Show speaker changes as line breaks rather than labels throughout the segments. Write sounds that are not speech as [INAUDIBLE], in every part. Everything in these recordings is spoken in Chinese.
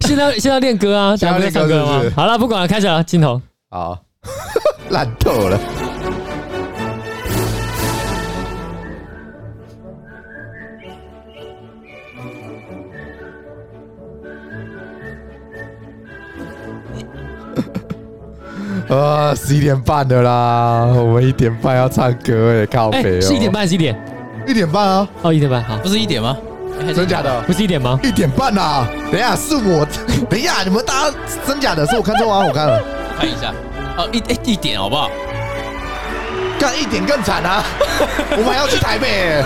现在现在练歌啊，
现在
大家不是
练歌
唱歌吗
是不？是
好了，不管了，开始了，镜头。
好， [LAUGHS] 烂透了。 [LAUGHS] 啊，十一点半的啦，我们一点半要唱歌哎，靠
哎、
北哦，
是一点，半，是一点。
一点半啊，
哦，一点半，好，
不是一点吗？哎还是
真假的？
不是一点吗？
一点半啦，等一下是我，等一下你们大家真假的，是我看错啊吗？我看了，
看一下，哦，一哎一点好不好？
干一点更惨啊，我们还要去台北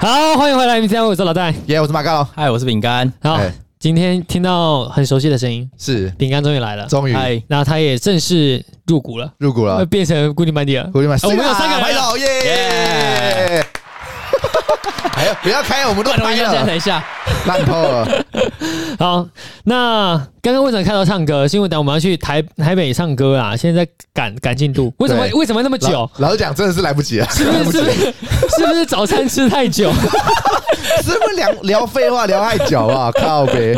哎、
好，欢迎回来，你家我是老戴。
耶我是马高，
嗨，我是饼干。
好，
哎
今天听到很熟悉的声音，
是
饼干终于来了，
终于
嗨，
那他也正式入股了，
入股
呃
了，
变成固定班底了。哦
狐狸们，
哎我们有
是啦啊
三个人
拍照耶
耶！
[LAUGHS] 哎呀，不要开，我们都
等
拍
一下，
了，
等一下，
烂透
[LAUGHS]
了，
好，那刚刚为什么开头唱歌？是因为等我们要去台台北唱歌啊，现在在赶赶进度。为什么
对
为什么那么久
老？老实讲，真的是 [LAUGHS] 来不及了，
是不是是不是是不是早餐吃太久？
是不是聊聊废话聊太久
[LAUGHS]
啊？靠呗，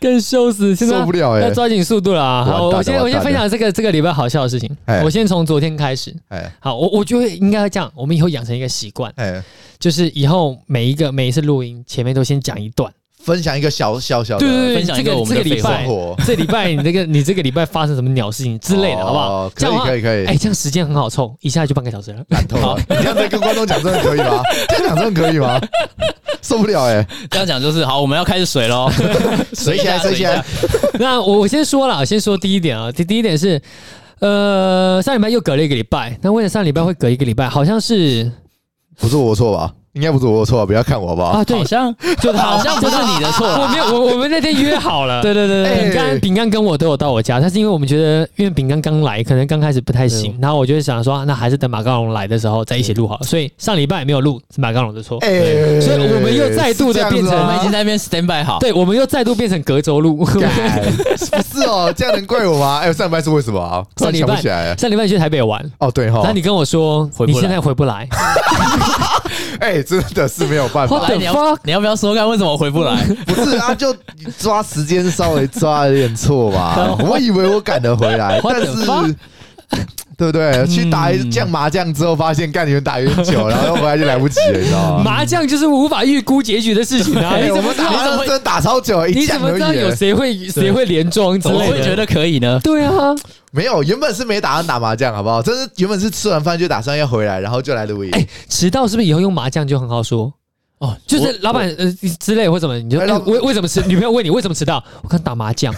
更羞死，现在
受不了哎
要抓紧速度了啊！
完蛋
好，
了
我先
完蛋了
我先分享这个这个礼拜好笑的事情
哎。
我先从昨天开始。
哎
好，我我觉得应该这样，我们以后养成一个习惯，
哎，
就是以后每一个每一次录音前面都先讲一段。
分享一个小小小的
对对对，
分享
这
一个
个
我
这
们
个礼
的废话
拜
生，活
这礼拜你这个你这个礼拜发生什么鸟事情之类的，好不好
哦？
这
可
样
以
的话
可以可以
哎，，这样时间很好凑，一下就半个小时了。
烂透了，啊你这样子跟观众讲真的可以
[LAUGHS]
吗？这样讲真的可以吗？受不了哎，
这样讲就是好，我们要开始水 [LAUGHS] 喽，
水起
啊
来水起来，
那我我先说了，先说第一点啊，第第一点是，呃，上礼拜又隔了一个礼拜，那为什么上礼拜会隔一个礼拜？好像是
不是我错吧？应该不是我错吧？不要看我好不哦好？
啊，对
好，像
[LAUGHS]
就
好像不是你的错
啊
我
啦，
没有，我我们那天约好了。对对对
哎
饼干饼干跟我都有到我家，但是因为我们觉得，因为饼干刚来，可能刚开始不太行，
嗯
然后我就想说，啊那还是等马高龙来的时候再一起录好了。所以上礼拜没有录是马高龙的错，
嗯哎，
所以我们又再度地
是这样子
变成
啊
我们已经在那边 stand by 好。
对，我们又再度变成隔周
[LAUGHS]
录。
干不是哦，这样能怪我吗？哎、 [LAUGHS] 上礼拜是为什么啊？突
上
然
礼
想不
拜
起来。
上礼拜去台北玩，
哦，对哈
然后，你跟我说
回
你
不来
现在回不
[LAUGHS]
来，
哎、真的是没有办
[LAUGHS] 我
法
的，
来你要
fuck？
你要不要说看为什么我回不来？
不是啊，就抓时间稍微抓有点错
[LAUGHS]
嘛。我以为我赶得回来，
What
但
the
是
fuck？
对不对？去打一
嗯
将麻将之后，发现干你们打越久，然后回来就来不及了，你知道吗？
麻将就是无法预估结局的事情啊！
哦哎、
你
我
怎么知
们打麻
道？
将真的打超久，一
你
将
怎么
而
知
已
道有
欸。
谁会谁会连庄之
怎么
类
会觉
的？
得可以呢？
对
[LAUGHS]
啊，
没有，原本是没打算打麻将，好不好？真是原本是吃完饭就打算要回来，然后就来录音。
哎、迟到是不是以后用麻将就很好说？
哦，
就是老板呃之类或什么，你就
哎
哎
老
为为什么迟？女朋友问你为什么迟到？我刚打麻
[LAUGHS]
将。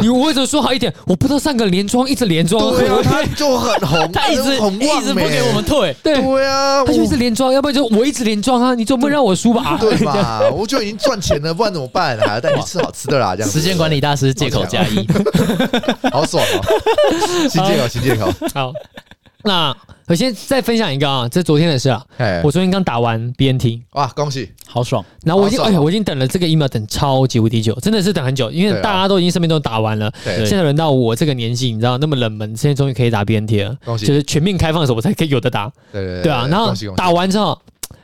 你为什么说好一点？我不知道上个连庄一直连庄，
对啊，他
我
就很红，
他一直
很红旺
一直不给
欸
我们退，
对，
对啊，
他就一
我
直连庄，要不然就我一直连庄啊！你总不能让我输吧？
[LAUGHS] 对
[LAUGHS]
嘛？我就已经赚钱了，不然怎么办？还要带你吃好吃的啦，这样
[LAUGHS]
子
时间管理大师借口加一，
好爽哦！
[LAUGHS]
新借口，新借口。
好，那我先再分享一个啊，这昨天的事啊，
哎
我，昨天刚打完 BNT。
哇，恭喜！
好爽。
然后我已经，
好
哎
爽
呀，我已经等了这个 email 等超级无敌久，真的是等很久，因
对
为
啊
大家都已经身边都打完了，
对，
现在轮到我这个年纪，你知道那么冷门，现在终于可以打 BNT 了，
恭喜
就！是全面开放的时候我才可以有的打，
对对
对啊。然后
恭喜恭喜！
打完之后，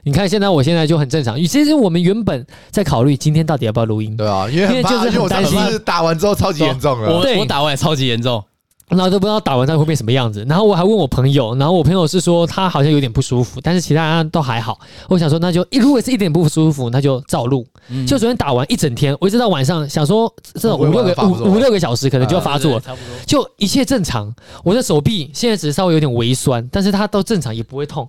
你看现在我现在就很正常。其实我们原本在考虑今天到底要不要录音，
对啊，因为
因为
很怕，
就是
因为我
很担心
是打完之后超级严重了。
对
我我打完也超级严重，
然后都不知道打完到底会变什么样子。然后我还问我朋友，然后我朋友是说他好像有点不舒服，但是其他人都还好。我想说那就如果是一点不舒服，那就照录。
嗯
就昨天打完一整天，我一直到晚上想说这种
会
五
不会
六
发
个
作
五五六个小时可能就要发作了
嗯
对对对。差不多。
就一切正常。我的手臂现在只是稍微有点微酸，但是它都正常，也不会痛。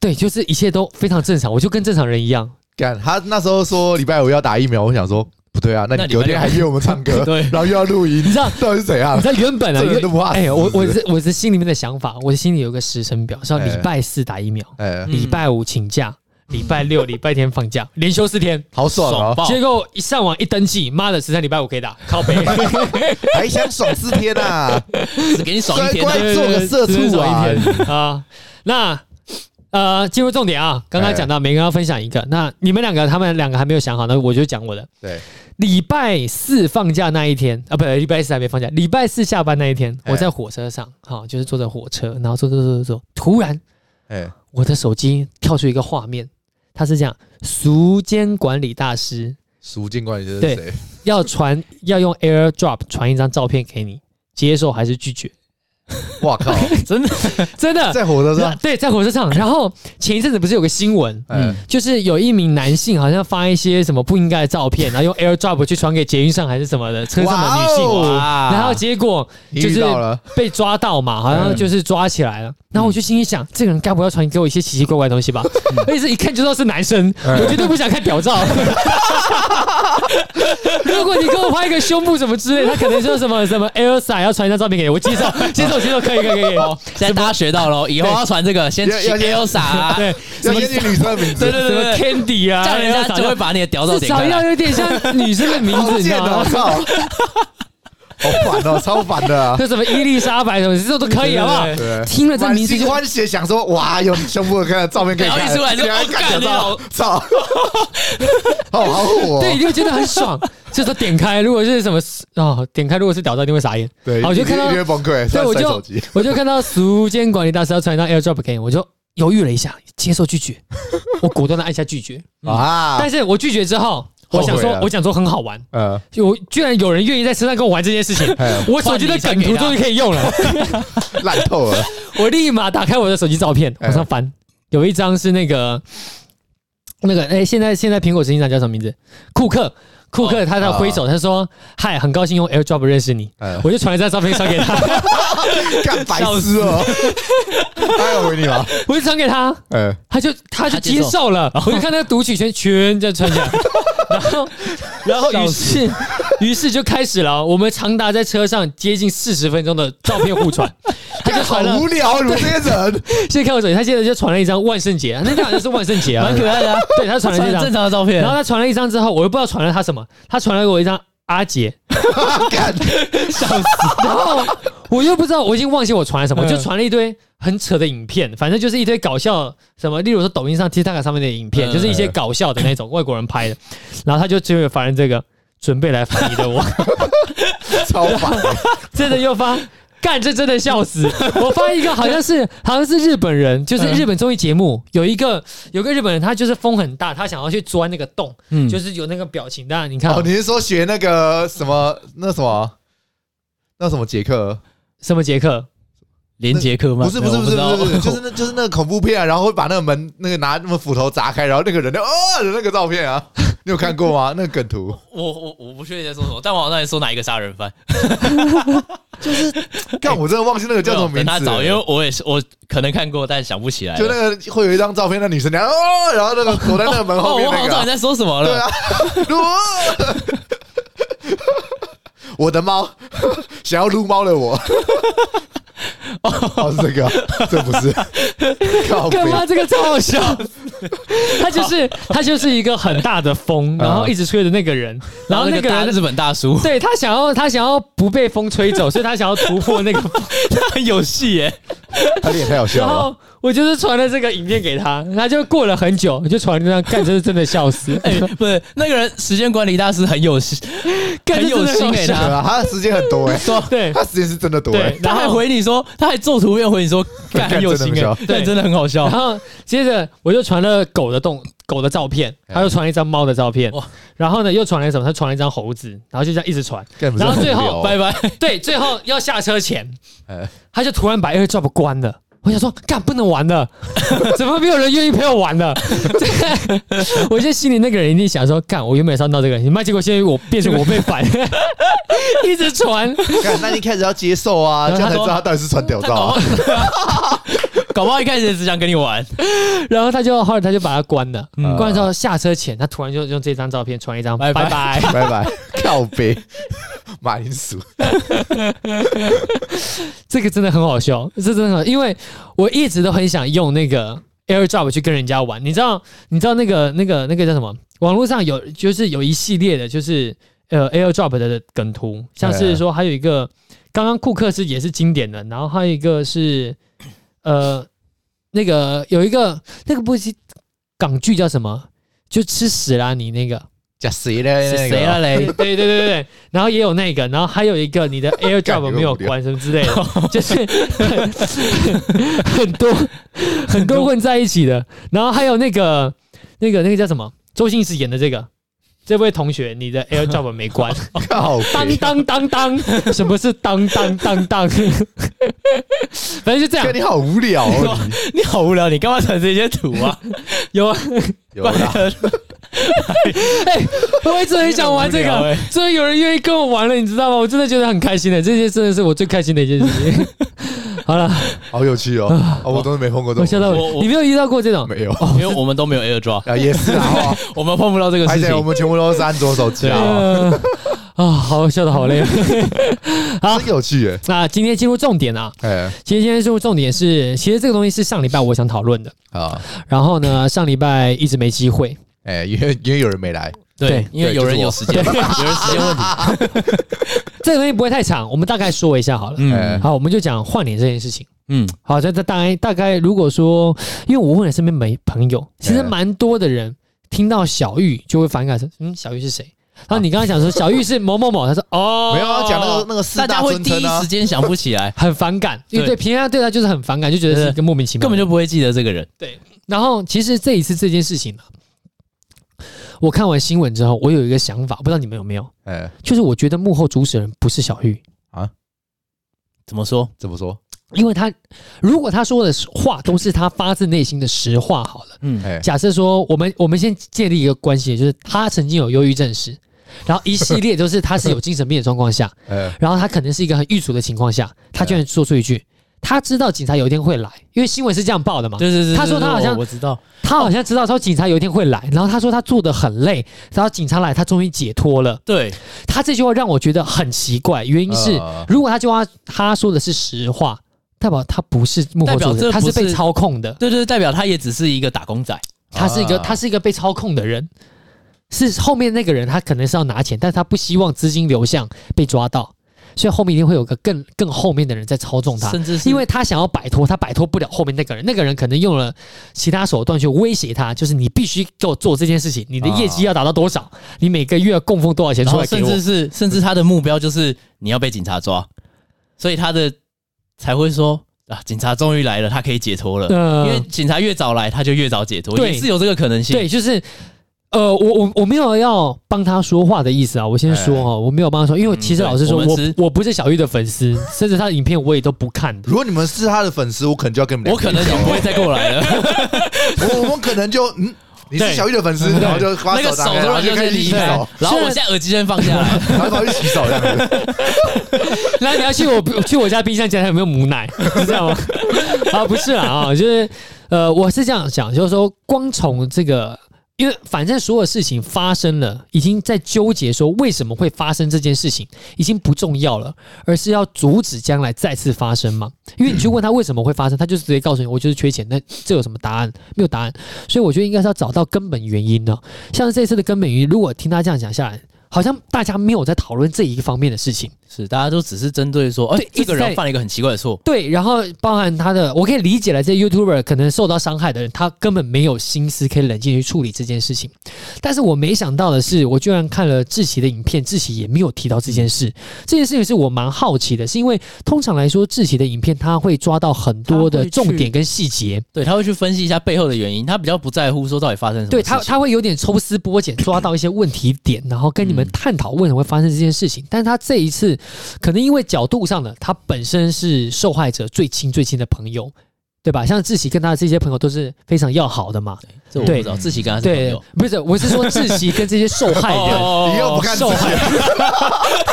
对，就是一切都非常正常，我就跟正常人一样。
干，他那时候说礼拜五要打疫苗，我想说不对啊，那你
那礼拜
隔天还约我们唱
[LAUGHS]
歌，
对
然后又要录音，
你知道
到底是怎样
你？知道原本啊，
这人
原
都不怕死
哎、
是
我
不
我
是
是我是心里面的想法，我的心里有个时辰表，是要
哎
礼拜四打疫苗，
嗯
哎，
礼、拜五请假，礼拜六、礼拜天放假，连休四天。
好爽
爽
哦！
爆！
结果一上网一登记，妈的，十三礼拜五可以打，靠北。
还想爽四天啊？
[LAUGHS]
只给你爽一天
乖乖
的，
做个社畜啊
只能爽一天啊。那呃，进入重点啊，刚刚讲到每个人要分享一个，那你们两个，他们两个还没有想好，那我就讲我的。
对，
礼拜四放假那一天啊，不，礼拜四还没放假，礼拜四下班那一天，
哎
我在火车上，好、就是坐着火车，然后坐坐坐坐坐，突然
哎，
我的手机跳出一个画面，它是这样：俗间管理大师
俗尽管你是
对
谁，
要传要用 AirDrop 传一张照片给你，接受还是拒绝？
哇
[LAUGHS]
靠，
真的，
真的，
在火车上，
对，在火车上。然后前一阵子不是有个新闻，
哎
嗯，
就是有一名男性好像发一些什么不应该的照片，然后用 AirDrop 去传给捷运上还是什么的车上的女性，
哇哦
哇
然后结果
你
就
遇
是
到了，
被抓到嘛，好像就是抓起来了。然后我就心里想，这个人该不要传给我一些奇奇怪怪的东西吧？
嗯
而且是一看就知道是男生，
哎
嗯
我绝对不想看屌照。
[LAUGHS]
如果你给我拍一个胸部什么之类，他可能说什么什么 Elsa 要传一张照片给你，我接受，接受，接受，可以，可以，可以可以。
好，现在大家学到了哦，以后要传这个，先
要要
Elsa，啊
对，
要先去女生的名字 [LAUGHS]
对，对
什么
对对，
Candy 啊，
这样人家
Elsa
就会把你
哦
的屌照
至
点
少
开
要
来。
有点像女生的名字，
好
你知
贱
道
哦，我
吗？
操， [LAUGHS] 好烦哦，超烦的啊。
[LAUGHS] 就什么伊丽莎白什么，这种都可以，好不好
对？
对，
听了这
满
名字
心
就
欢喜地想说，哇，有你胸部的看的照片可以
然
看，
后一出来就
然后
哦
干
干你
操
好
[LAUGHS] 操，哦，好火
[LAUGHS] 对，
哦，
你就觉得很
[LAUGHS]
爽。就是说点开，如果是什么哦，点开如果是屌照，一定会傻眼。
对，
好我就看到
因为崩溃，
对，
摔
我
摔
就
手机，
我就看到俗间管理大师要传一张 AirDrop 给你，我就犹豫了一下，接受拒
[LAUGHS]
绝。我果断的按下拒绝，
啊
但，是我拒绝之后，
后悔
我想说
了，
我想说很好玩，
嗯，
有居然有人愿意在车上跟我玩这件事
[LAUGHS]
情。
哎
我手机的梗图终于可以用了，
烂透了，
我立马打开我的手机照片，
哎
往上翻，有一张是那个那个哎、现在现在苹果执行长叫什么名字？库克，库克他在挥手，他说：“嗨，很高兴用 AirDrop 认识你。
哎”
我就传了张照片传给他， [LAUGHS]
干白痴哦，他有回你吗？
我就传给他，
嗯，
他就他就
他接
接
受
受了，我就看他读取圈圈在传 [LAUGHS] 下来，然后然后于是于是就开始了，我们长达在车上接近四十分钟的照片互 [LAUGHS] 传，他就
干好
传了，
无聊，你们这些人，
现在看我手机，他现在就传了一张万圣节，那张好像是万圣节啊
蛮，可爱 [LAUGHS] 的啊，
对他传了这
传
张
正，常的照片
然后，他传了一张之后，我又不知道传了他什么，他传了我一张阿杰，
[LAUGHS]
干，
笑死！然后我又不知道，我已经忘记我传了什么，
嗯
就传了一堆很扯的影片，反正就是一堆搞笑什么，例如说抖音上、TikTok 上面的影片，
嗯
就是一些搞笑的那种外国人拍的。然后他就就有发现这个，准备来反你的我， [LAUGHS]
超烦，
真的又发。干，这真的笑
[LAUGHS]
死！我发一个好像是好像是日本人，就是
嗯
日本综艺节目有一个有个日本人，他就是风很大，他想要去钻那个洞，
嗯
就是有那个表情。当然你看
哦，你是说学那个什么那什么啊那什么杰克？
什么杰克，
连杰克吗？
不是不是
我
不是
知道
不是，就是那就是那个恐怖片啊，然后会把那个门那个拿那么斧头砸开，然后那个人就哦的那个照片
[LAUGHS]
啊，你有看过吗？那个梗图，
[LAUGHS] 我我我不确定在说什么，但我好像在说哪一个杀人犯，
但我真的忘记那个 [LAUGHS] 叫什么名
哎等他
字
找，因
了。
为我也是我可能看过，但想不起来了。
就那个会有一张照片，那女生然后哦，然后那个躲在那个门
哦，
后
我
面
好
那
像
个
知道你
啊，
在说什么
对
了
啊。，哦 [LAUGHS] 我的猫想要撸猫
[LAUGHS]
的我，哦是这个啊，这不
[LAUGHS]
是，靠背
干嘛？这个超好笑。 [LAUGHS] 他就是他就是一个很大的风，然后一直吹着那个人，然后那个
大
人。
日 [LAUGHS] 本大叔
对他想要，他想要不被风吹走，所以他想要突破那个风。
很有戏耶，
他脸太好笑
然
了，
后我就是传了这个影片给他，他就过了很久，就传了这张，干，真是真的笑死， [LAUGHS]
哎，不是那个人时间管理大师很有戏，
干
很有心
哎
对
哎，他
啊，他的时间很多哎，
[LAUGHS]
[LAUGHS]
对
他时间是真的多哎
对，，
他
然
还
后
回你说，他还做图片回你
[LAUGHS]
说，干很有心
真的
哎
很，
对
但真的很好笑
然。后接着我就传了狗的动狗的照片，他又传了一张猫的照片
哇，
然后呢又传了什么？他传了一张猴子，然后就这样一直传，
干不是
然后
很无
最
聊
后
哦
拜
[LAUGHS]
拜，对，最后要下车前
哎，
他就突然把 AirDrop 关了。我想说，干不能玩
[LAUGHS]
了，怎么没有人愿意陪我玩了？ [LAUGHS] 对我现在心里那个人一定想说，干，我原本也是要闹这个，你妈结果现在我变成我被反， [LAUGHS] 一直传，
干那你一开始要接受啊，
然后
这
他
样才
说
知道他到底是传屌照
[LAUGHS]
啊。
搞不好一开始只想跟你玩，
然后他就后来他就把它关了，
嗯
关了之后下车前，他突然就用这张照片传一张，
拜
拜
拜
拜。
[LAUGHS] 拜拜，靠背，马铃薯，
这个真的很好笑，这真的很好，因为我一直都很想用那个 AirDrop 去跟人家玩。你知道，你知道那个那个那个叫什么？网络上有就是有一系列的，就是呃 AirDrop 的梗图，像是说还有一个刚刚库克是也是经典的，然后还有一个是呃那个有一个那个不是港剧叫什么？就吃屎啦你那个
假谁嘞
是谁啊？
对
[LAUGHS] 嘞？
对对对对对，然后也有那个，然后还有一个你
[LAUGHS]
的 AirDrop 没有关什么之类的，就是很很多很多混在一起的，然后还有那个那个那个叫什么？周星驰演的这个这位同学，你的 AirDrop 没
[LAUGHS]
关，
看好
当
肥。
当当当，什么是当当当当？ [LAUGHS] 反正就这样
看，你好无
[LAUGHS]
聊哦，你
你好无聊，你干嘛传这些图
[LAUGHS]
啊？
有啊，
有啦，
[LAUGHS]
我一直很想玩这
你很无聊
个
欸，
真的有人愿意跟我玩了，你知道吗？我真的觉得很开心的，这些真的是我最开心的一件事情。 [LAUGHS] 好了，
好有
[LAUGHS]
趣哦！哦我真的没碰过这
我
种，
吓到
我
我，
我
你没有遇到过这种？
没有
因为我们都没有 AirDrop，
啊，也是啊，
我们碰不 [LAUGHS] 到这个
而
事
且我
情。
们全部都是安卓手机啊，
呃啊，好笑的好累。 [LAUGHS] 好
真有趣耶！
那今天进入重点啊，
哎，
其实今天进入重点是，其实这个东西是上礼拜我想讨论的，
啊，
然后呢，上礼拜一直没机会。
哎，因为因为有人没来，
对
对，因为有人
对
有
就是
时间，有人时间问题。
[LAUGHS] 这个东西不会太长，我们大概说一下好了。
哎
[LAUGHS] 嗯
好，我们就讲换脸这件事情。
嗯，
好，这这大概大概，如果说，因为我问了身边没朋友，其实
嗯
蛮多的人听到小玉就会反感说，嗯，小玉是谁？然后你刚刚讲说小玉是某某某，他说哦，
没有啊，讲那个那个四
大家
大
会
尊
第一
称啊
时，间想不起
[LAUGHS]
来，
很反感，因为对
对
平安对他就是很反感，就觉得是一个莫名其妙的人，
根本就不会记得这个人。
然后其实这一次这件事情呢，我看完新闻之后，我有一个想法，不知道你们有没有，
哎，
就是我觉得幕后主使人不是小玉，
怎么说？
怎么说？
因为他如果他说的话都是他发自内心的实话，好了，
嗯，
哎，
假设说我们我们先建立一个关系，就是他曾经有忧郁症史。然后一系列都是他是有精神病的状况下，
哎，
然后他可能是一个很郁卒的情况下，他居然说出一句，他知道警察有一天会来，因为新闻是这样报的嘛，
对对对，
他说
对
他
对
好像
我我知道，
他好像知道说警察有一天会来，然后他说他做的很累，然后警察来，他终于解脱了。
对，
他这句话让我觉得很奇怪，原因是、
呃
如果他这句话他说的是实话，代表他不是幕后
代表
主使，
这
他是
不是啊
被操控的，
对对，代表他也只是一个打工仔。
他是一个、
啊
他是一个被操控的人。是后面那个人，他可能是要拿钱，但是他不希望资金流向被抓到，所以后面一定会有个更更后面的人在操纵他，
甚至是
因为他想要摆脱，他摆脱不了后面那个人，那个人可能用了其他手段去威胁他，就是你必须给我做这件事情，你的业绩要达到多少，你每个月要供奉多少钱
然
出
后
来给
甚
我
至。是甚至他的目标就是你要被警察抓，所以他的才会说啊，警察终于来了，他可以解脱了。
呃
因为警察越早来，他就越早解脱，
对
也是有这个可能性。
对，就是呃，我我我没有要帮他说话的意思啊，我先说哦，我没有帮他说，因为其实
哎嗯对
老实说，
我们
我
是
我不是小玉的粉丝，甚至他的影片我也都不看的。
如果你们是他的粉丝，我可能就要跟你们
我
两个
可
人
能已
讲
经
了，
不会再过来了，
我我们可能就嗯，你是
对
小玉的粉丝，
对
然后就把
那个
打
手
开，
突
然后
然
就
就
开
先
始
离
洗
开
手，，
然后我现在耳机先放下来，
然后跑去洗手这样子。
[LAUGHS] 然后你要去我去我家冰箱检查有没有母奶， [LAUGHS] 是这样吗？啊，不是啦啊、就是呃，我是这样想，就是说光从这个。因为反正所有事情发生了，已经在纠结说为什么会发生这件事情，已经不重要了，而是要阻止将来再次发生嘛。因为你去问他为什么会发生，他就直接告诉你，我就是缺钱。那这有什么答案？没有答案。所以我觉得应该是要找到根本原因呢、啊像这次的根本原因，如果听他这样讲下来，好像大家没有在讨论这一方面的事情。
[LAUGHS] 是大家都只是针对说，哎
对，
这个
一直在
人犯了一个很奇怪的错，
对，然后包含他的，我可以理解了，这些 YouTuber 可能受到伤害的人，他根本没有心思可以冷静去处理这件事情。但是我没想到的是，我居然看了志奇的影片，志奇也没有提到这件事。这件事情是我蛮好奇的，是因为通常来说，志奇的影片他会抓到很多
他
的
会去
重点跟细节，
对他会去分析一下背后的原因，他比较不在乎说到底发生什么事情。
对他他会有点抽丝剥
[LAUGHS]
茧，抓到一些问题点，然后跟你
嗯
们探讨为什么会发生这件事情。但是他这一次可能因为角度上的，他本身是受害者最亲最亲的朋友，对吧？像志奇跟他的这些朋友都是非常要好的嘛。
这我不知道，自己跟他是朋
对
友。，哦
不是，我是说志奇跟这些受害
[LAUGHS]
人。
你又不看自
受
己，
害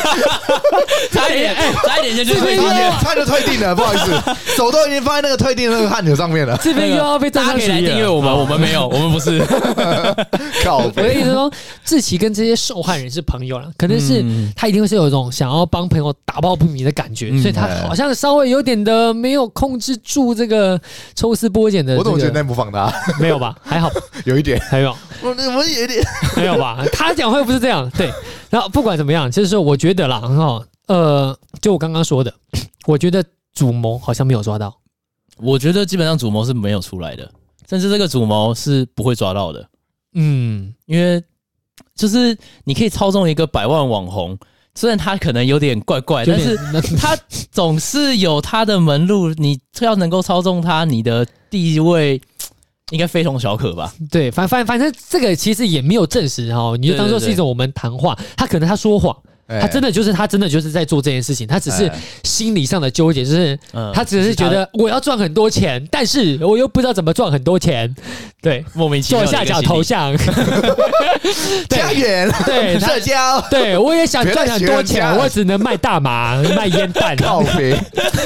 差一点，哎，差一点先去
这
退
边
订
差
又
阅
点差点就退订了，不好意思，手都已经放在那个退订那个按钮上面了。
[LAUGHS] 这边又要被
大
站上
家可以来
去
订阅
了
我们，我们没有，我们不是，
[LAUGHS]
靠
我的
背，
意思说，志奇跟这些受害人是朋友了，可能是
嗯
他一定会是有一种想要帮朋友打抱不平的感觉，
嗯
所以他好像稍微有点的没有控制住这个抽丝剥茧的、
我
这个。
怎么觉得那不放他？
没有吧？还好，
有一点，
还有
我我有一点，
没有吧？他讲话又不是这样，对。然后不管怎么样，就是我觉得啦，很好。呃，就我刚刚说的，我觉得主谋好像没有抓到。
我觉得基本上主谋是没有出来的，甚至这个主谋是不会抓到的，
嗯，
因为就是你可以操纵一个百万网红，虽然他可能有点怪怪，
有
哎但
点
是他总是有他的门路，你要能够操纵他，你的地位应该非同小可吧？
对，反反反正这个其实也没有证实哦，你就当做是一种我们谈话，他可能他说谎，他真
的
的就是他真的就是在做这件事情，他只是心理上的纠结，就是
嗯，
他只是觉得我要赚很多钱，但是我又不知道怎么赚很多钱，对，
莫名其妙
左
的一个
下角
心理
头像，
家园 [LAUGHS]
对他
社交
对我也想赚很多
别再学人
钱，
家
我只能卖大麻、 [LAUGHS] 卖烟弹。
靠
[LAUGHS]
肥，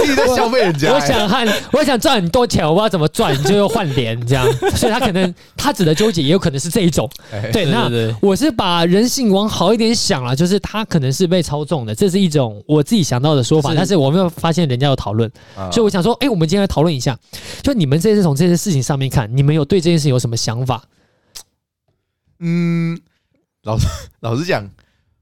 你在消费人家欸。
我想和我想赚很多钱，我不知道怎么赚，你就又换脸这样，所以他可能他指的纠结也有可能是这一种。
哎，
对，
对
那
对对
我是把人性往好一点想了，就是他可能是被操纵的，这是一种我自己想到的说法，
是
但是我没有发现人家有讨论，
啊
所以我想说，哎、我们今天来讨论一下，就你们这次从这件事情上面看，你们有对这件事情有什么想法？
嗯，老实老实讲，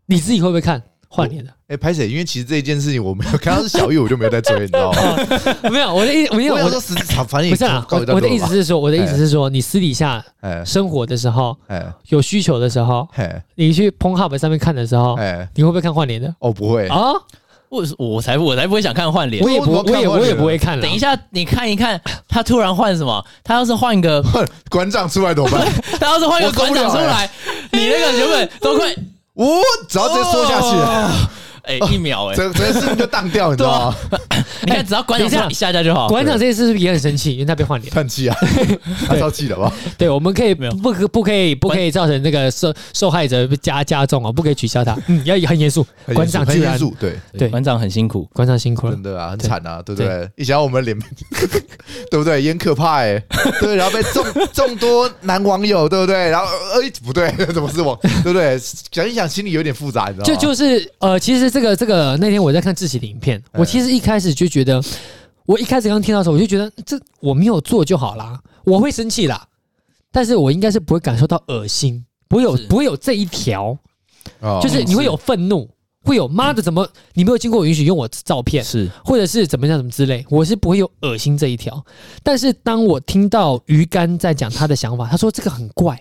你自己会不会看换脸的？
哎，拍谁？因为其实这件事情我没有看到是小玉，我就没有在追，你知道吗？
哦没有，我的意，我因为
我
我
想
的
说实际上，反正
不是啊，我我的意思，是说，我的意思是说，你私底下
哎
生活的时候，
哎
有需求的时候，
哎
你去 p o n h u b 上面看的时候，
哎，
你会不会看换脸的？
哦，不会， [LAUGHS]
啊，
我我才我才不会想看换脸
我。也不，
我
我
看
也
换
我也
脸
不会看了。
等一下，你看一看，他突然换什么？他要是换一
[LAUGHS]
个，
哼馆长出来怎么办？
他要是换一个
我受不
馆
了
长出
欸
来，你那个原本
[LAUGHS]
都快
我只要直接缩下去，
哦哎，一秒哎，
整整个事情就荡掉，你知道
啊
吗？
你看只要馆长出
等
来
一
一下架就好。
馆长这次是不是也很生气？因为他被换脸。
叹气啊，他超气的吧？
对，我们可以
没有
不可不可以不可以造成那个受受害者加加重哦，不可以取消他。嗯，要很严肃。
很
馆长
很
居然
严，肃，对，
对
馆长很辛苦。
馆长辛苦了
真。的啊，很惨啊，对不对？一想到我们脸， [LAUGHS] 对不对？也很可怕哎，对，然后被众 [LAUGHS] 众多男网友，对不对？然后呃，哎不对， [LAUGHS] 怎么是我？对不对？想一想，心里有点复杂，你知道
就
吗？
就是呃，其实这个这个那天我在看志奇的影片，
嗯
我其实一开始就觉得，我一开始刚听到的时候，我就觉得这我没有做就好啦，我会生气啦，但是我应该是不会感受到恶心，不会有
是
不会有这一条，
哦嗯
就是你会有愤怒，会有妈的怎么你没有经过我允许用我照片，
是
或者是怎么样怎么之类，我是不会有恶心这一条。但是当我听到鱼竿在讲他的想法，他说这个很怪，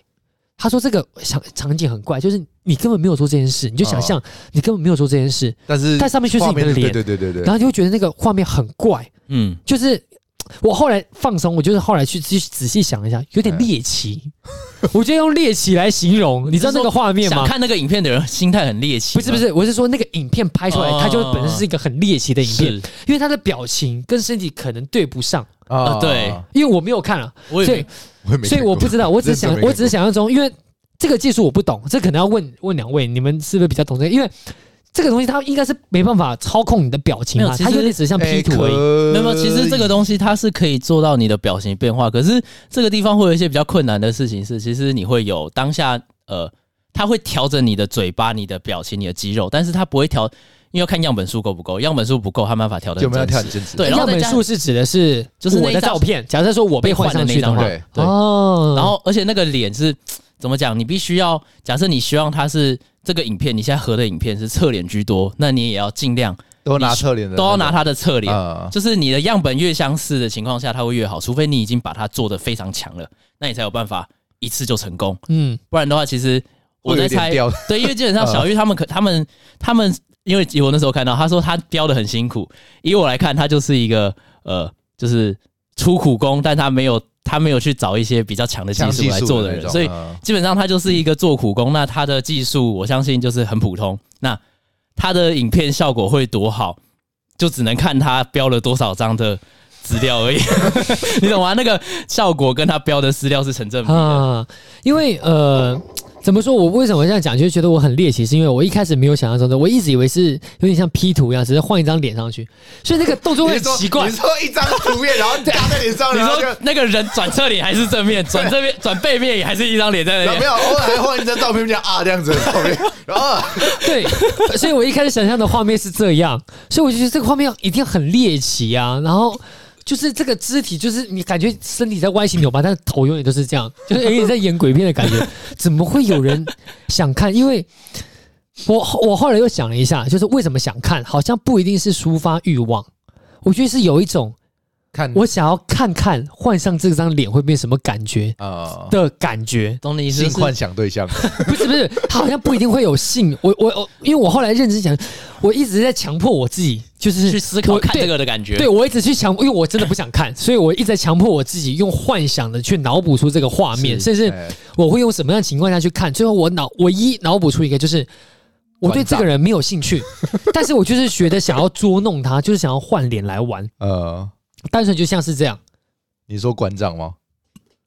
他说这个场场景很怪，就是你根本没有做这件事，你就想象
啊
你根本没有做这件事，
但是
但上面却是
画
你的
面
脸，
对对对对
然
对，
后你会觉得那个画面很怪，
嗯，
就是。我后来放松，我就是后来去去仔细想了一下，有点猎奇。
哎
我觉得用猎奇来形容，你知道那个画面
想
吗？
看那个影片的人心态很猎奇，啊
不是不是，我是说那个影片拍出来，它就本身是一个很猎奇的影片，
哦是
因为他的表情跟身体可能对不上，
啊
啊对
因为我没有看啊，
我也
所
没
以
我也没看过
所以我不知道，我只是想
认真没看，过
我只是想象中，因为这个技术我不懂，这可能要问问两位，你们是不是比较懂这个？因为这个东西它应该是没办法操控你的表情
没
嘛，
有其
它
实
有点只是像
哎
P 图而已。
已
没有，其实这个东西它是可以做到你的表情变化，可是这个地方会有一些比较困难的事情是，其实你会有当下呃，它会调整你的嘴巴、你的表情、你的肌肉，但是它不会调，因为要看样本数够不够，样本数不够，它没办法调的
就没有
真
跳
实
你。真实，
对然后
样
再
本
加
数是指的是
就是那
我
一
的
张
照片，假设说我被换上去的
被
话
换，
对
对
哦，
然后而且那个脸是怎么讲？你必须要假设你希望它是这个影片，你现在合的影片是侧脸居多，那你也要尽量
都拿侧脸的那
都
种，
要拿它的侧脸。
啊，
就是你的样本越相似的情况下，它会越好，除非你已经把它做得非常强了，那你才有办法一次就成功。
嗯，
不然的话，其实我
会有
在
一点
猜，
掉啊
对，因为基本
[LAUGHS]
上小玉他们可他们他们，因为我那时候看到他说他雕的很辛苦，以我来看，他就是一个呃，就是出苦工，但他没有他没有去找一些比较强的技
像
术
技
来
术
做
的那
的人，
种
所以
嗯
基本上他就是一个做苦工，那他的技术我相信就是很普通。那他的影片效果会多好，就只能看他标了多少张的资料
[LAUGHS]
而已，你懂吗？那个效果跟他标的资料是
[LAUGHS]
成正比的。
啊，因为呃，怎么说？我为什么这样讲？就是觉得我很猎奇，是因为我一开始没有想象中的，我一直以为是有点像 P 图一样，只是换一张脸上去，所以那个动作
你
会
是
很
说
奇怪
你。说一张图片，然后搭在脸上，
[LAUGHS] 你
然后就
说那个人转侧脸还是正面，转 [LAUGHS] 这边转背面也还是一张脸在那
然后没
边，
有，偶尔还换一张照片，这样啊这样子的照片，然后啊
对，所以我一开始想象的画面是这样，所以我就觉得这个画面一定很猎奇啊。然后就是这个肢体，就是你感觉身体在歪七扭八，但是头永远都是这样，就是有点在演鬼片的感觉。怎么会有人想看？因为我我后来又想了一下，就是为什么想看，好像不一定是抒发欲望，我觉得是有一种
看
我想要看看换上这张脸会变什么感觉
呃
啊
的感觉。
懂你意思
性
就是？
幻想对
[LAUGHS]
象，
不是不是，他好像不一定会有性。我我我，因为我后来认真想，我一直在强迫我自己，就是
去思考
我
看
对
这个的感觉。
对，我一直去强，因为我真的不想看，所以我一直在强迫我自己用幻想的去脑补出这个画面，
是
甚至
哎
我会用什么样的情况下去看。最后我脑我一脑补出一个，就是我对这个人没有兴
[LAUGHS]
趣，但是我就是觉得想要捉弄他，就是想要换脸来玩，
呃，
单纯就像是这样。
你说馆长吗？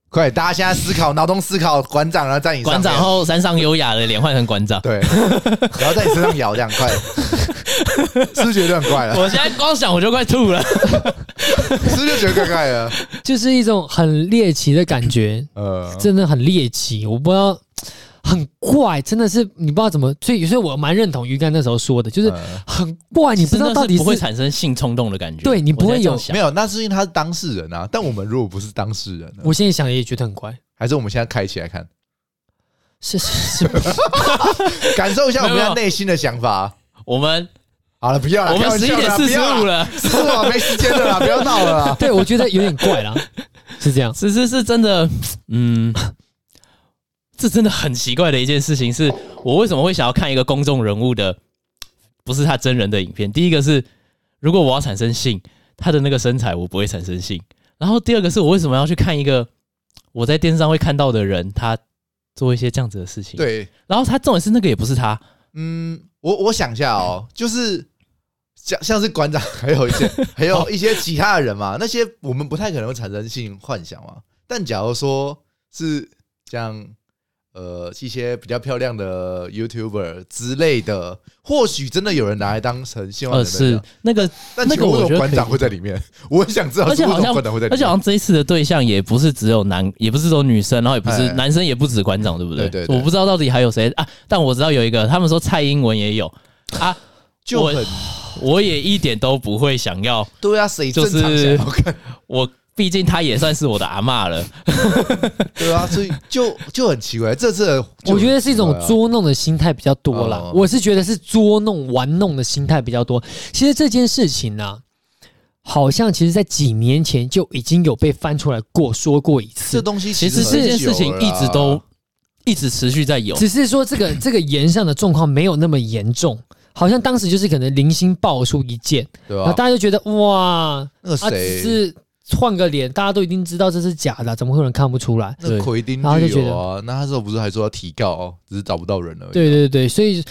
快，大家现在思考，脑中思考，馆长然后在你上
馆
面
长后山上优雅的脸换成馆长，
对，然后在你身上咬，这样
[LAUGHS]
快，是不是觉得很怪了？啊
我现在光想我就快吐了。
是不是就觉得怪怪了？
就是一种很猎奇的感觉，
呃，
真的很猎奇，我不知道。很怪，真的是你不知道怎么，所以所以我蛮认同鱼竿那时候说的，就是
嗯
呃
很怪，你不知道到底
真的是不会
是
产生性冲动的感觉，
对你不会有
我现在这
没
样
有，那是因为他是当事人啊。但我们如果不是当事人呢，
我现在想也觉得很怪，
还是我们现在开起来看，
是是是，
感受一下我们
没有
现在内心的想法。啊
想，我们
好了，不要了，
我
开
们
玩
十一
笑的
点
啦
四十五，
不
了，
要啦是啊，没时间了啦，不要闹了
[LAUGHS]
啦。
对我觉得有点怪 [LAUGHS] 啦，是这样。
只是是真的，嗯，这真的很奇怪的一件事情是，我为什么会想要看一个公众人物的，不是他真人的影片？第一个是，如果我要产生性，他的那个身材我不会产生性。然后第二个是我为什么要去看一个我在电视上会看到的人，他做一些这样子的事情？。
对，
然后他重点是那个也不是他，
嗯，我我想一下
嗯
哦，就是像像是馆长，还有一些还
哦
有一些其他的人嘛，那些我们不太可能会产生性幻想嘛。但假如说是像呃一些比较漂亮的 YouTuber 之类的，或许真的有人拿来当成性幻
呃，
想对
是
象。
那个，
但
那
请
个
问为
我
什
觉
么
得
馆
可以
长会在里面？我很想知道
而
是
且
为
好
什么
像
馆长会在里
而且好
面。
像这一次的对象也不是只有男，也不是只有女生，然后也不是
哎
男生，也不止馆长，对不对？
对对对
我不知道到底还有谁啊，但我知道有一个，他们说蔡英文也有
[LAUGHS]
啊，
就
我
很
我也一点都不会想要，
对啊，谁正
就是
常想要看？
我毕竟她也算是我的阿
[LAUGHS]
嬷了，
对啊，所以就就很奇怪。这次的就
我觉得是一种
很奇怪啊
捉弄的心态比较多啦
哦，
我是觉得是捉弄、玩弄的心态比较多。其实这件事情呢、啊好像其实在几年前就已经有被翻出来过、说过一
这
次，
东西
其实
很
这件
久
事情
了
一直
啦
都一直持续在有，
只是说
[LAUGHS]
这个这个延上的状况没有那么严重，好像当时就是可能零星爆出一件，
对
然后
吧？
大家就觉得哇，
那个
啊，
谁
只是换个脸，大家都已经知道这是假的，怎么会有人看不出来？
那
对
奎丁
然后就
就
觉
有啊，那他那时候不是还说要提告哦，只是找不到人而已，
对对对，所以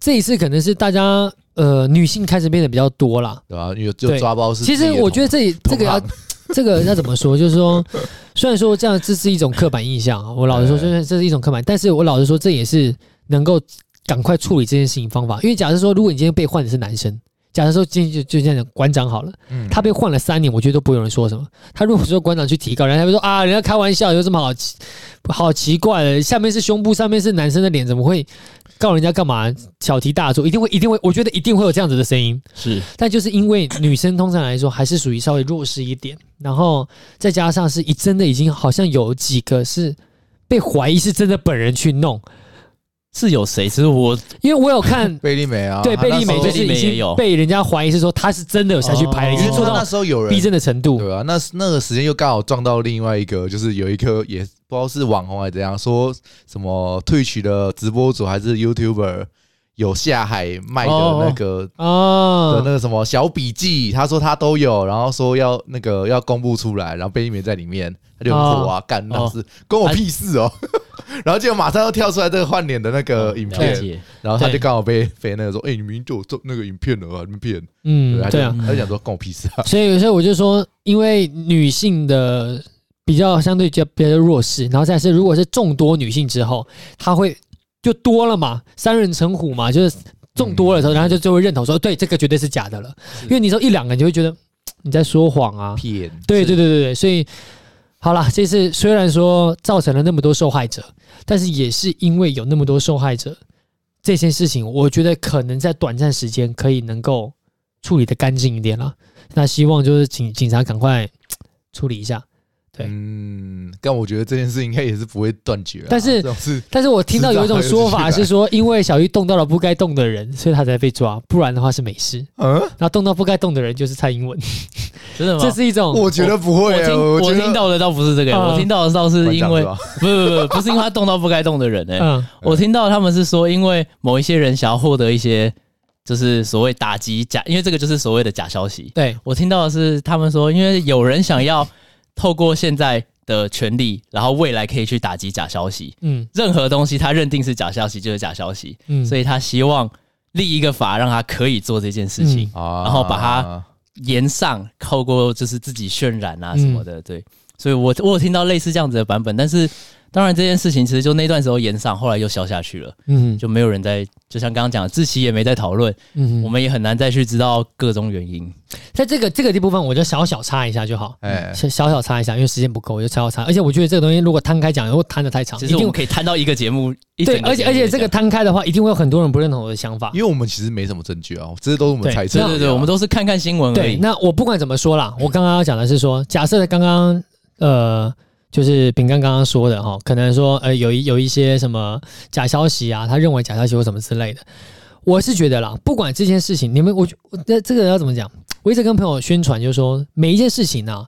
这一次可能是大家呃女性开始变得比较多啦。
对啊吧？因为就
对
抓包是自
其
己的
实
同。
我觉得这这个要
同
这个要怎么说，就是说，虽然说这样这是一种刻板印象啊，我老实说，
[LAUGHS] 对
虽然这是一种刻板，但是我老实说，这也是能够赶快处理这件事情方法。因为假设说，如果你今天被换的是男生。假设说今天就就这样讲馆长好了，
嗯
他被换了三年，我觉得都不会有人说什么。他如果说馆长去提高，人家会说啊，人家开玩笑，有什么好奇好奇怪的？下面是胸部，上面是男生的脸，怎么会告人家干嘛？小题大做，一定会一定会，我觉得一定会有这样子的声音。
是
但就是因为女生通常来说还是属于稍微弱势一点，然后再加上是一真的已经好像有几个是被怀疑是真的本人去弄，
是有谁？其实我
因为我有看
贝利美啊，
对
他
贝
那
利
时
美
候
就是
贝
已
利美也有
经被人家怀疑是说她是真的有下去拍了，已
哦
因为
经做
他
到
那时候有人
逼真的程度。
对啊，那那个时间又刚好撞到另外一个，就是有一个也不知道是网红还是怎样，说什么退取的直播主还是 YouTuber 有下海卖的那个的
嗯
哦
那，个什么小笔记，他说他都有，然后说要那个要公布出来，然后贝利美在里面，他就很
哦
火啊，干那是关我屁事哦。 [LAUGHS] 然后结果马上又跳出来这个换脸的那个影
啊哦了
片，
解，
然后他就
对
刚好被被那个说，哎，你明明就有做那个影片了啊，你们骗，
嗯，
他就
对啊，
他就想说关我屁事啊，
[LAUGHS] 所以有时候我就说，因为女性的比较相对比较比较弱势，然后再是如果是众多女性之后，她会就多了嘛，三人成虎嘛，就是众多了之后，然后就就会认同说，对，这个绝对是假的了。因为你说一两个，你就会觉得嘖你在说谎啊。
[LAUGHS] 骗，
对对对对对，所以好啦，这次虽然说造成了那么多受害者，但是也是因为有那么多受害者，这件事情我觉得可能在短暂时间可以能够处理的干净一点啦。那希望就是警警察赶快嘖处理一下。对
嗯，但我觉得这件事应该也是不会断绝啊，
但是
这种事
但是我听到有一种说法是说，因为小玉动到了不该动的人，所以他才被抓，不然的话是没事。
嗯，
然后动到不该动的人就是蔡英文，
真的吗？
这是一种
我觉得不会
我
啊，
听
觉
我
得啊
听到的倒不是这个，
嗯
我听到的倒是因
馆长
为
吧
[LAUGHS] 不不不不是因为他动到不该动的人哎，
嗯
我听到他们是说，因为某一些人想要获得一些就是所谓打击假，因为这个就是所谓的假消息。
对，
我听到的是他们说，因为有人想要透过现在的权利，然后未来可以去打击假消息，
嗯
任何东西他认定是假消息就是假消息，
嗯，
所
以
以他希望立一个法让他可以做这件事情，
啊
然后把它延上透过就是自己渲染啊什么的，对。所以我我有听到类似这样子的版本，但是当然这件事情其实就那段时候延上，后来又消下去了，
嗯
就没有人在，就像刚刚讲的，志奇也没在讨论，
嗯
我们也很难再去知道各种原因。
在这个这个地部分，我就小小插一下就好。
哎
小小小插一下，因为时间不够，我就小小插。而且我觉得这个东西如果摊开讲，如果摊的太长，
其
啊一
实我
定
们可以摊到一个节目，一
对。
整
而且
节
而
目
且这个
讲
摊开的话，一定会有很多人不认同我的想法
因。为我们其实没什么证据啊，这些都是我们
对
猜测
对
的啊。
对对，我们都是看看新闻而
对，
已。
那我不管怎么说啦，我刚刚要讲的是说，假设刚刚呃，就是饼干刚刚说的哈，可能说呃有一有一些什么假消息啊，他认为假消息或什么之类的。我是觉得啦，不管这件事情，你们我我这这个要怎么讲？我一直跟朋友宣传，就是说每一件事情呢、啊，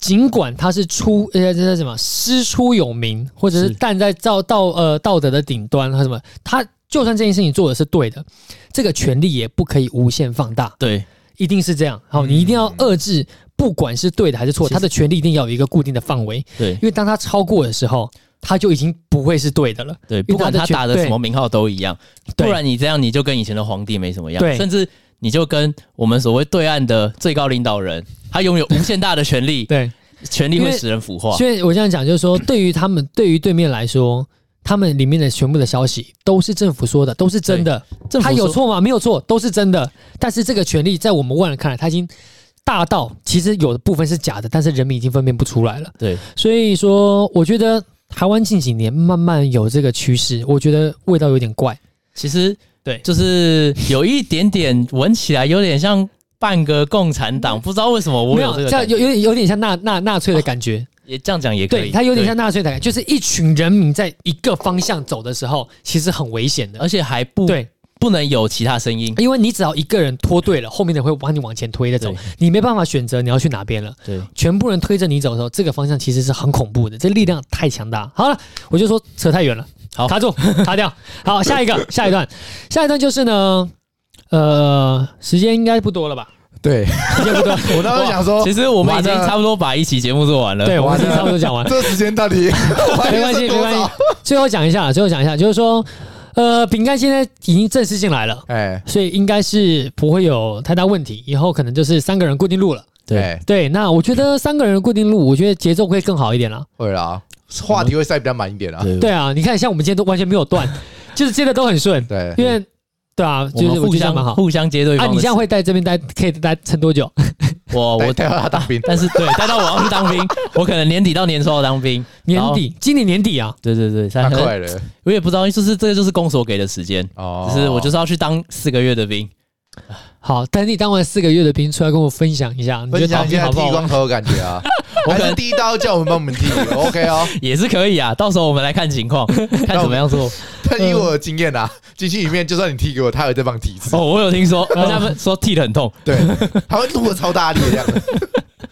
尽管它是出呃这是什么师出有名，或者是
是
站在道道呃道德的顶端，和什么，他就算这件事情做的是对的，这个权利也不可以无限放大。
对，
一定是这样。好，
嗯
你一定要遏制，不管是对的还是错，
其实
他的权利一定要有一个固定的范围，
对
因为当他超过的时候，他就已经不会是对的了。
对，不管他打的什么名号都一样，
对
不然你这样你就跟以前的皇帝没什么样
对，
甚至你就跟我们所谓对岸的最高领导人，他拥有无限大的权力，
[LAUGHS] 对，
权力会使人腐化。
所以我这样讲就是
[CLEARS THROAT]
说，对于他们，对于对面来说。他们里面的全部的消息都是政府说的，都是真的。
政府
他有
说，
错吗？没有错，都是真的。但是这个权利在我们外人看来，他已经大到其实有的部分是假的，但是人民已经分辨不出来了。
对，
所以说，我觉得台湾近几年慢慢有这个趋势，我觉得味道有点怪。
其实
对
就是有一点点闻起来有点像半个共产党，不知道为什么
嗯
我
没
有这
有，这
个感
样
觉
有有点有点像纳纳纳粹的感觉，
也这样讲也可
对，
以，
它有点像纳粹的感觉，就是一群人民在一个方向走的时候，其实很危险
对，
的。
而且还不
对，
不能有其他声音。
因为你只要一个人拖对了，后面的人会把你往前推着走
对，
你没办法选择你要去哪边了。
对，
全部人推着你走的时候，这个方向其实是很恐怖的，这力量太强大。好了，我就说扯太远了，
好
卡住，卡
[LAUGHS]
掉。好，下一个，下一段，下一段就是呢，呃，时间应该不多了吧？
对，
时间不
[LAUGHS]
多，
我当时想说
其，实我们已
完
经
了
差不多把一期节目做完了。
对，我
完
们已
了
经差不多讲完了。
这时间到
[LAUGHS]
底
没关系，没关系。最后讲一下，最后讲一下，就是说，呃，饼干现在已经正式进来了，
哎，
所以应该是不会有太大问题。以后可能就是三个人固定录了。
对，
哎，
对，那我觉得三个人固定录，我觉得节奏会更好一点啦。
会啦，话题会塞比较满一点啊。
对
对啊，你看，像我们今天都完全没有断， [LAUGHS] 就是接的都很顺，
对，
因为对啊，
我
就是
们
我
互
觉得这样蛮
相
好。
互相接对
啊，
方。
你这样会在这边待，可以待撑多久？
我
我
我
带 [LAUGHS] 他当兵，
[LAUGHS] 但是对，待到我要去当兵， [LAUGHS] 我可能年底到年初要当兵。
年
然后
底，今年年底啊，
对对对，
太
三
快了
我也不知道，就是这个就是公所给的时间，
哦
只。是我就是要去当四个月的兵。
好，等你当完四个月的兵出来跟我分享一下，你觉得
分
当
享一
兵
下
好
剃
不好玩？
光头的感觉啊，
[LAUGHS] 我
还
可
是
能
第一刀叫我们帮我们剃，OK
[LAUGHS]
哦。
也是可以啊，到时候我们来看情 [LAUGHS] 况，看怎么样做。
但以我的经验啊，进去里面就算你剃给我，他还会再帮你剃一次
哦，，我有听 [LAUGHS] 说，而且他们说剃的很痛，
对，他会吐的超大力的样 [LAUGHS] 子。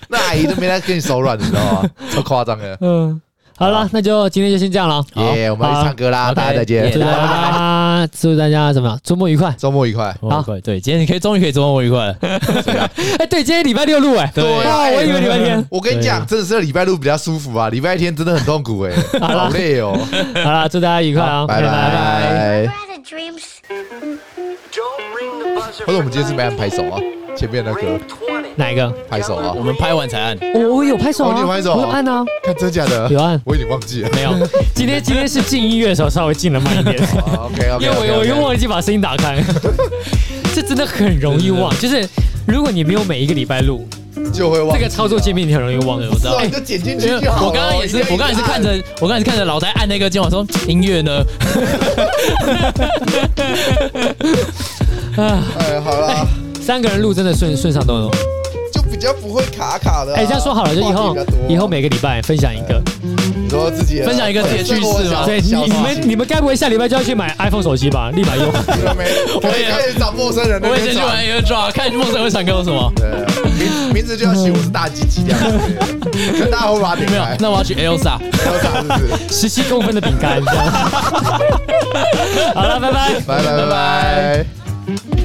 那阿姨都没来跟你手软的，你知道吗？超夸张的。
嗯，好了，那就今天就先这样了。
好
耶，我们要去唱歌啦，
好
大家再见
耶
祝，大
拜拜
家祝大家怎么样？周末愉快！
周末愉快。
周末愉哦快。对，今天你可以终于可以周末愉快了。 [LAUGHS]
哎，对，今天礼拜六录哎，
对
啊，我以为礼拜天。
我跟你讲，真的是礼拜六比较舒服啊，礼拜天真的很痛苦哎，好累哦。
好了，祝大家愉快啊，
拜拜
Ever。had a dream
或者我们今天是没按拍手啊，前面那个
哪一个？
拍手啊
我，们拍完才按，
我我有拍手
哦你
啊，
有拍手啊
我有按啊，
看真假的，
有按。
我已经忘记了。
没有，今天今天是进音乐的时候稍微进的慢一
[LAUGHS]
点，
OK OK，
因为我我又忘记把声音打开， [LAUGHS] 这真的很容易忘。就是如果你没有每一个礼拜录，
就会忘
这
记
个操作界面你很容易忘。
对，我知
[LAUGHS] 是
道
啊，。你就剪进去
因为
就好了。
我刚刚
[LAUGHS]
也
哎
是，我刚刚也是看着
一定，
我刚刚也是看着老宅按那个键，我说音乐呢？
要按。哎，好啦，
三个人录真的顺顺畅多多。
就比较不会卡卡的啊。
哎，这样说好了，就以
话
后
题比较多
以后每个礼拜分享一个。
你说自己的
分享一个自己的趣事嘛
对，你
小
你
小
们你们该不会下礼拜就要去买 iPhone 手机吧？立马用。 [LAUGHS]
你们没，我
也
也开始找陌生人那
我
边
也先去
转
玩 AirDrop，看陌生人想给我什么。
对，名名字就要写我是大鸡鸡这
[LAUGHS]
样子，可大家会把它点
没有
开，，
那我要去 Elsa。
[LAUGHS] 没有打是不是？
十七公分的饼干。这样好了，拜拜。
拜拜拜
[LAUGHS] 拜
拜
拜。
拜。